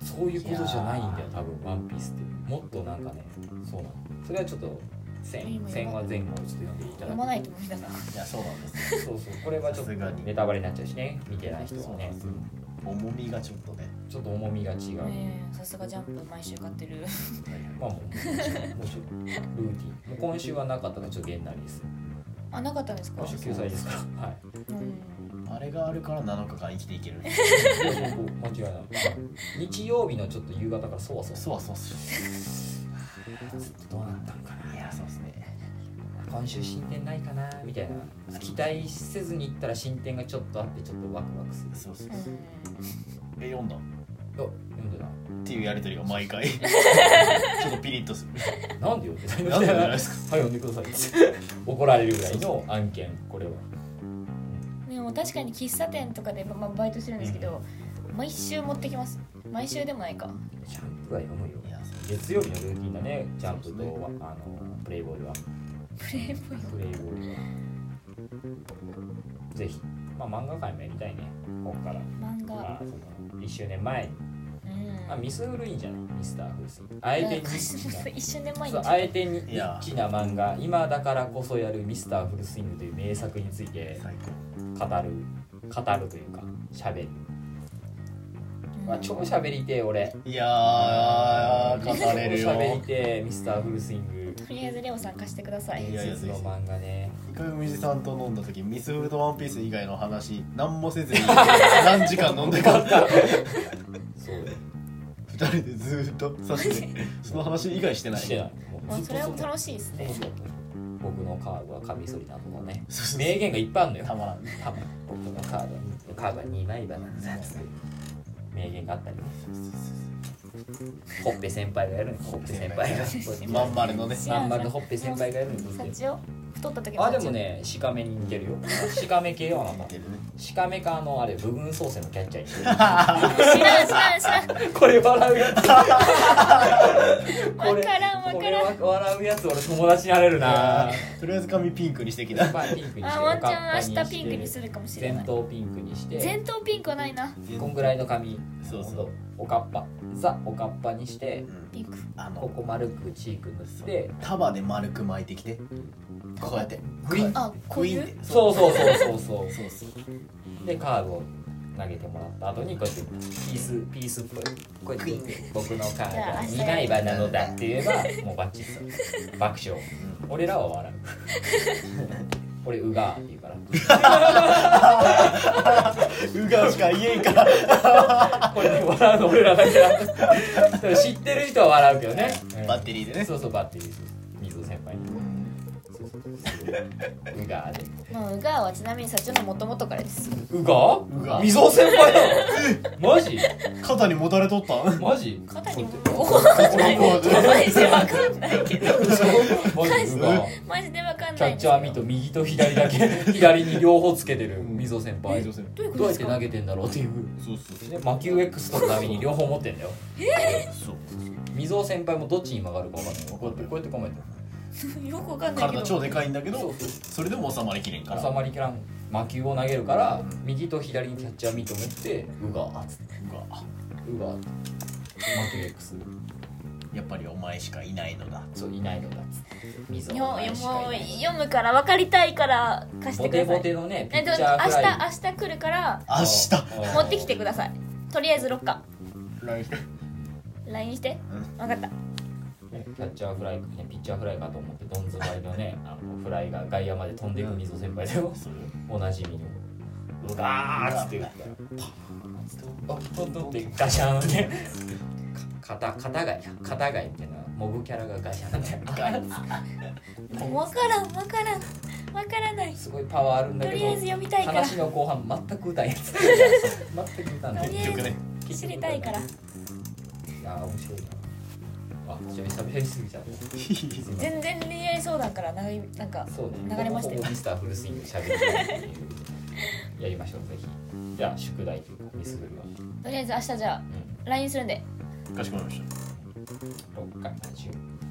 そういうことじゃないんだよ多分ワンピースってもっとなんかねそうなのそれはちょっと線
今
線は前後をちょっと読んでいただ
読
く
まないと思いながら
いやそうなんです
そうそうこれはちょっと
さすがに
ネタバレになっちゃうしね見てない人は
そうなん
ね
ですよ重みがちょっとね
ちょっと重みが違う、
ねえさすがジャンプ毎週買ってる
まあもうもうちょっとルーティンもう今週はなかったからちょっとげんなりです
あなかったんですか
今週救済で すからはい
うん
あれがあるから7日間生きていける
そうそう間違いない日曜日のちょっと夕方からそわそわ
そうそうそう
どうなったんか
いやそうですね
な今週進展ないかなみたいな期待せずに行ったら進展がちょっとあってちょっとワクワクする
そうそう
う
そうんえ読んだ
あ読んでない
っていうやりとりが毎 回ちょっとピリッとする
なんでよって
なんでじゃ ないですか
はい読んでください って怒られるぐらいの案件これは
でも確かに喫茶店とかで、まあ、バイトしてるんですけど、毎週持ってきます毎週でもないか
ジャンプは読むよ
いやそう
月曜日のルーティンだねジャンプと、
そうです
あのプレイボールは
プレイボーイ
プレイボールはぜひまあ漫画界もやりたいねここから
漫
まあ
画
その1周年前
うん
あミス古いんじゃないミスターフースあえてニッチな
一瞬で前
そ
に
うあえてニッチな漫画今だからこそやるミスターフルスイングという名作について
最高
語る語るというか喋るまあ、超喋りてえ俺
いやー語れるよ
超喋りてえミスターフルスイング
とりあえずレオさん貸してください
いや
伝説の漫画ね
一回海地さんと飲んだ時ミスフルとワンピース以外の話何もせ ずに何時間飲んでかった
そう
二人でずーっとそしてその話以外してない
してないも
まあ、それも
し
楽しいですね
僕のカードはカミソリなどのね
そうそう
名言がいっぱいあるのよ
たまらん
多分僕のカードにカードは2枚花なんです名言があったりねほっぺ先輩がやるのよほっぺ先輩が
まんまるのね
まんまるほっぺ先輩がやるの
サ
よ
チを太った時の
あで
幸
もねシカメに似てるよシカメ系はなん
似
か
てるね
シカメかあのあれ部分創生のキャッチャーに似てる
知らん知らん知らん
これ笑うやつこ
わ
れ
からんわ
こ
か
れ
らん
は笑うやつ俺友達になれるな
とりあえず髪ピンクにしてき
ピ
た
ン クにして
あ
お
ワ
かっ
ンちゃ
ぱ
ん明日ピンクにするかもしれな
前
い
頭ピンクにして
前頭ピンクはないな
こんぐらいの髪
そうそう
おかっぱザおかっぱにして
うん
ピンク
あ
こ
の
こ丸くチーク塗って
束で丸く巻いてきてこうやってグイン
あこうい
グイン
う
って
そうそうそうそうそう
そうそ う
でカードを投げてもらった後にこうやってピースピースっぽいこうやって僕のカードは2枚刃なのだって言えばもうバッチリさ爆笑俺らは笑 う俺うがーって言うから
うがうしか言えんから
これね笑うの俺らだけだでも知ってる人は笑うけどね、うん
バッテリーでね
そうそうバッテリーです水尾先輩にそうそうそううがーで
まあウガーはちなみに社長の元々からです
うが
うが
水尾先 輩なのマジ
肩にもたれとったん
マジ
肩にもマ
こ
ジでわかんないけど
マジうが
マジでわかん
キ
な
ャッ
いです
チャーミート右と左だ け左に両方つけてる
うん
溝先輩
う
ど
そう
どうい
う
うこと
やっ
です
て
か
投げてんだろうっていう
そうそう
で魔球 X のために両方持ってんだよ
そう
溝尾先輩もどっちに曲がるか分かんないこうやってこうやって構えてる
よくわかんないけ
体
ど
超でかいんだけ
そ
ど
うそう
それでも収まりきれんから
収まりきらん魔球を投げるから右と左にキャッチャーミート持ってうがーっつって
うわ
うがーって魔球 X
やっぱりお前しかいないのだ
そういないのだっつって溝尾
よ
お前しか
もう
いない
読むから分かりたいから貸し
ボテ
てくださ
ボ
い
テのねピ
え
ッ
で
チ
も
ャーフ
明
ライ
日明日来るから
明日
持ってきてくださいとりあえず6巻
来週
LINE して
う
分かった
ねキャッチャーフライ、ね、ピッチャーフライかと思ってどんずばいのねあのフライが外野まで飛んでいく溝先輩だよ
それ
おなじみのうわーっつって言ったらパーンっつってあトントンってガシャーンってか肩肩がい肩がいみたいなモブキャラがガシャンって
わからんわからんわからない
すごいパワーあるんだ
と
け
りあえず
ど
読みたいから
話の後半全く歌えない全く歌えない
とりあえず
結局ね
知りたいから
いやー面白いなあちょっと久々に過ぎちゃった
全然恋愛相談から長いなんか
そうね
流れました
ほぼほ
よ
ぼミスターフルスイングで喋るっていうやりましょうぜひじゃあ宿題というかミスフルは
とりあえず明日じゃ
う
あ LINE するんで
かしこまりまし
ん6回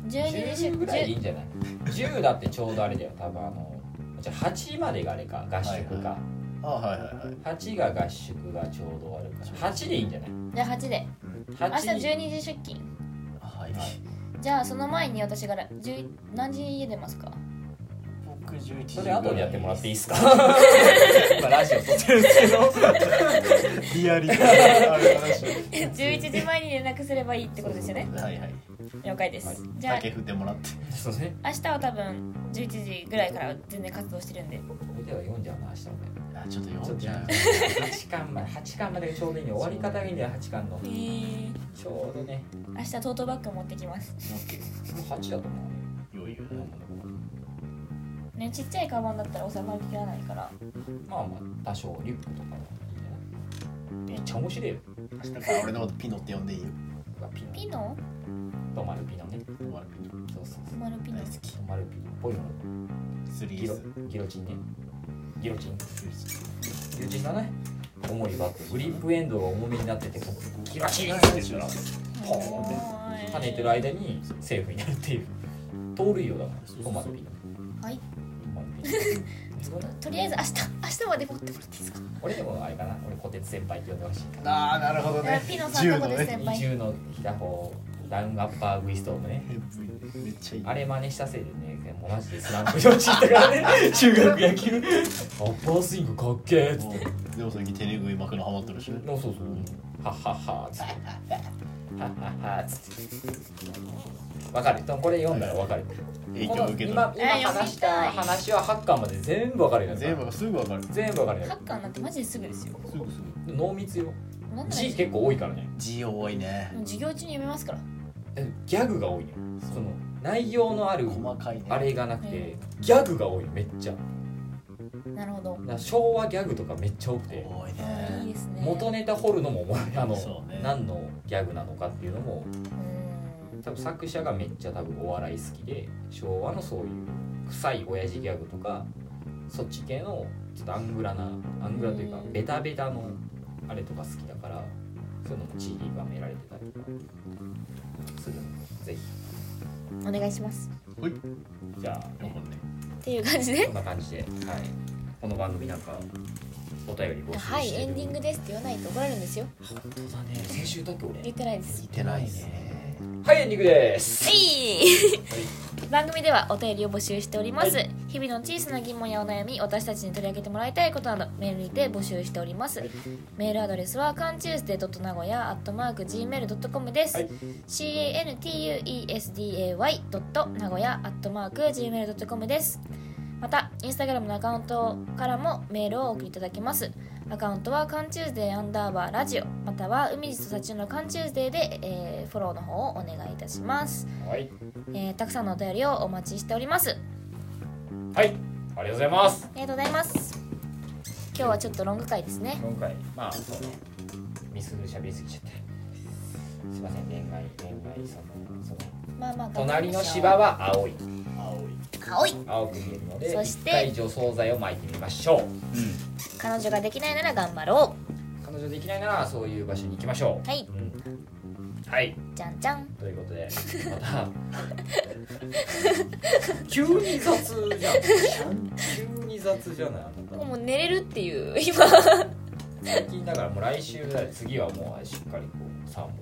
10
12時
10ぐらいでいい
10
んじゃない10だってちょうどあれだよ多分あのじゃあ8までがあれか合宿
はい
か、
たあはいはいはい
八8が合宿がちょうど終わるから8でいいんじゃない
じゃあ8で明日
8に
12時出勤
はい
じゃあその前に私から10何時に家出ますか
僕11時
それ後でやってもらっていいですか今ラジオ撮ってる
リアリティのある話を
11時前に連絡すればいいってことですよね
はいはい
了解です、
はい
じゃあ
竹振ってもらって
そうね
明日は多分11時ぐらいから全然活動してるんで
俺では読んじゃうな明日俺
あちょっと
ちょ
読
っ
ん
と
じゃう
8巻まで8巻までがちょうどいいね終わり方がいいんだよ8巻の
え
ちょうどね
明日トートバッグ持ってきます
もう8だと思
余裕
うよ
ねちっちゃいカバンだったら収まりきらないから
まあまあ多少リュックとかもいいんじゃないめっちゃ面白いよ
だから俺のことピノって呼んでいいよ
うわピノ
ピノ
止まるピノね
止まるピノ
そうそう
マルピノ
大好き
止まるピノっぽいのギロ
3S
ギロチンねギロチンギロチンだね重いバッググリップエンドが重めになっててこうギロチンって言ったらポーンって跳ねてる間にセーフになるっていう盗塁王だから止まるピノ
はい
止まるピノ
とりあえず明日明日まで持ってもらっていいですか
俺でもあれかな俺小鉄先輩って呼んでほしいから
ああなるほどね
ピノさんのことですね先輩
二重のひだほダウンアッパーグイストームね
めっちゃいい
あれ真似したせいでねもうマジでスランプに陥ったからね中学野球アッパースイングかっけーっつっ
も
て
うでも最近手拭い巻くのハマってるしね
そうそうそうはっはっはーっつってはっはっはーっつってわかる多分これ読んだらわかる
影響を受けた
今今話した話は8巻まで全部わかるよ
全部すぐわかる
全部わかるよ
ハッカーなんてマジですぐですよ
すぐすぐ
濃密よ
なんなら
字結構多いからね
字多いね
もう授業中に読めますから
えギャグが多いねその内容のある
細かいね
あれがなくて
う
ギャグが多いのめっちゃだか
なるほど
ら昭和ギャグとかめっちゃ多くて
多い
あいい
ね
ですね
元ネタ掘るのもおもろいあの、
そうね
何のギャグなのかっていうのも
うん
多分作者がめっちゃ多分お笑い好きで昭和のそういう臭い親父ギャグとかそっち系のちょっとアングラなアングラというか
うん
ベタベタのあれとか好きだからそういうのもちりばめられてたりとかするのぜひ
お願いします
ほい
じゃあ、
四本ね
っていう感じで
こんな感じで、はい、この番組なんかお便り募集してる
はいエンディングですって言わないと怒られるんですよ
本当だね先週だっけ俺
言ってないです
似てないね
はいエンディングです
はい、番組ではお便りを募集しております、日々の小さな疑問やお悩み私たちに取り上げてもらいたいことなどメールにて募集しております、メールアドレスは c a n t u e s d a y n a g o y a g m a i l c o m です、
はい
cantuesday.nagoya.gmail.com ですまたインスタグラムのアカウントからもメールをお送りいただけますアカウントは「カンチューズデーアンダーバーラジオ」または「海地と幸のカンチューズデーで」えーフォローの方をお願いいたします、
はい
えーたくさんのお便りをお待ちしておりますあ
はいありがとうございます
りがとうございます今日はちょっとロング回ですね
今回まあそうねミス喋りすぎちゃってすいません恋愛恋愛そのその
まあまあ
隣の芝は青い
青い
青い
青く見えるので
そして
一回除草剤を撒いてみましょう
彼女ができないなら頑張ろ
彼女できないならそういう場所に行きましょ、
うはいう
うん、はい
じゃんじゃん
ということでまた 急に雑じゃん急に雑じゃないあなた
もう寝れるっていう 今
最近だからもう来週だよ次はもうしっかりこう3本だよ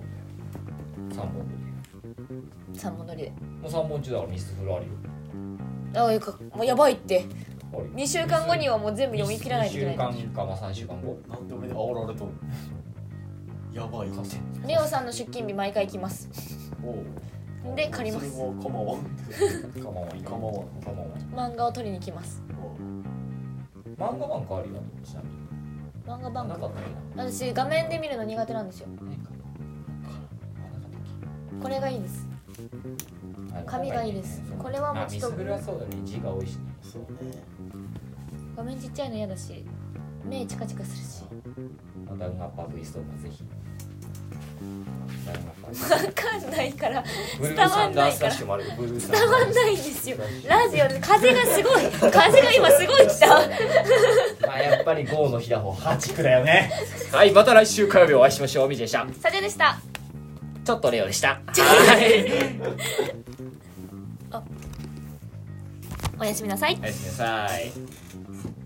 3本
三本乗りで
もう3本中だからミスフルあるよ
ああよかもうやばいって
あるよ
2週間後にはもう全部読み切らないといけない
2週間かまあ3週間後
なんで俺で煽られとるやばい
完成
レオさんの出勤日毎回来ます
おう
で借ります
それも構わん
かまわん
構わん
かまわん
漫画を取りに来ます
漫画バンクあるよちなみに
漫画
な
番
か
組
ったらいいな
私画面で見るの苦手なんですよ
ないかあなかったっけ
これがいいです
あの
紙がいいです
そう
これはもうちょっと
まあミスグルはそうだね字が多いしね
そうね
画面ちっちゃいの嫌だし目チカチカするし
まあダウンアッパー V ストームはぜひダウンアッパー
分かんないから
ブル
伝
ー
わ
サ
ん
ン
な
ダ
い
ー
か
スラ
ら
ッシュもあるブルーサンダー
伝わんないんですよラジオで風がすごい風が今すごい来た
まあやっぱり5の日だ方
8区だよね
はいまた来週火曜日お会いしましょうみじでした
サジャでした
ちょっとレオでしたはい
おやすみなさ い
おやすみなさい
「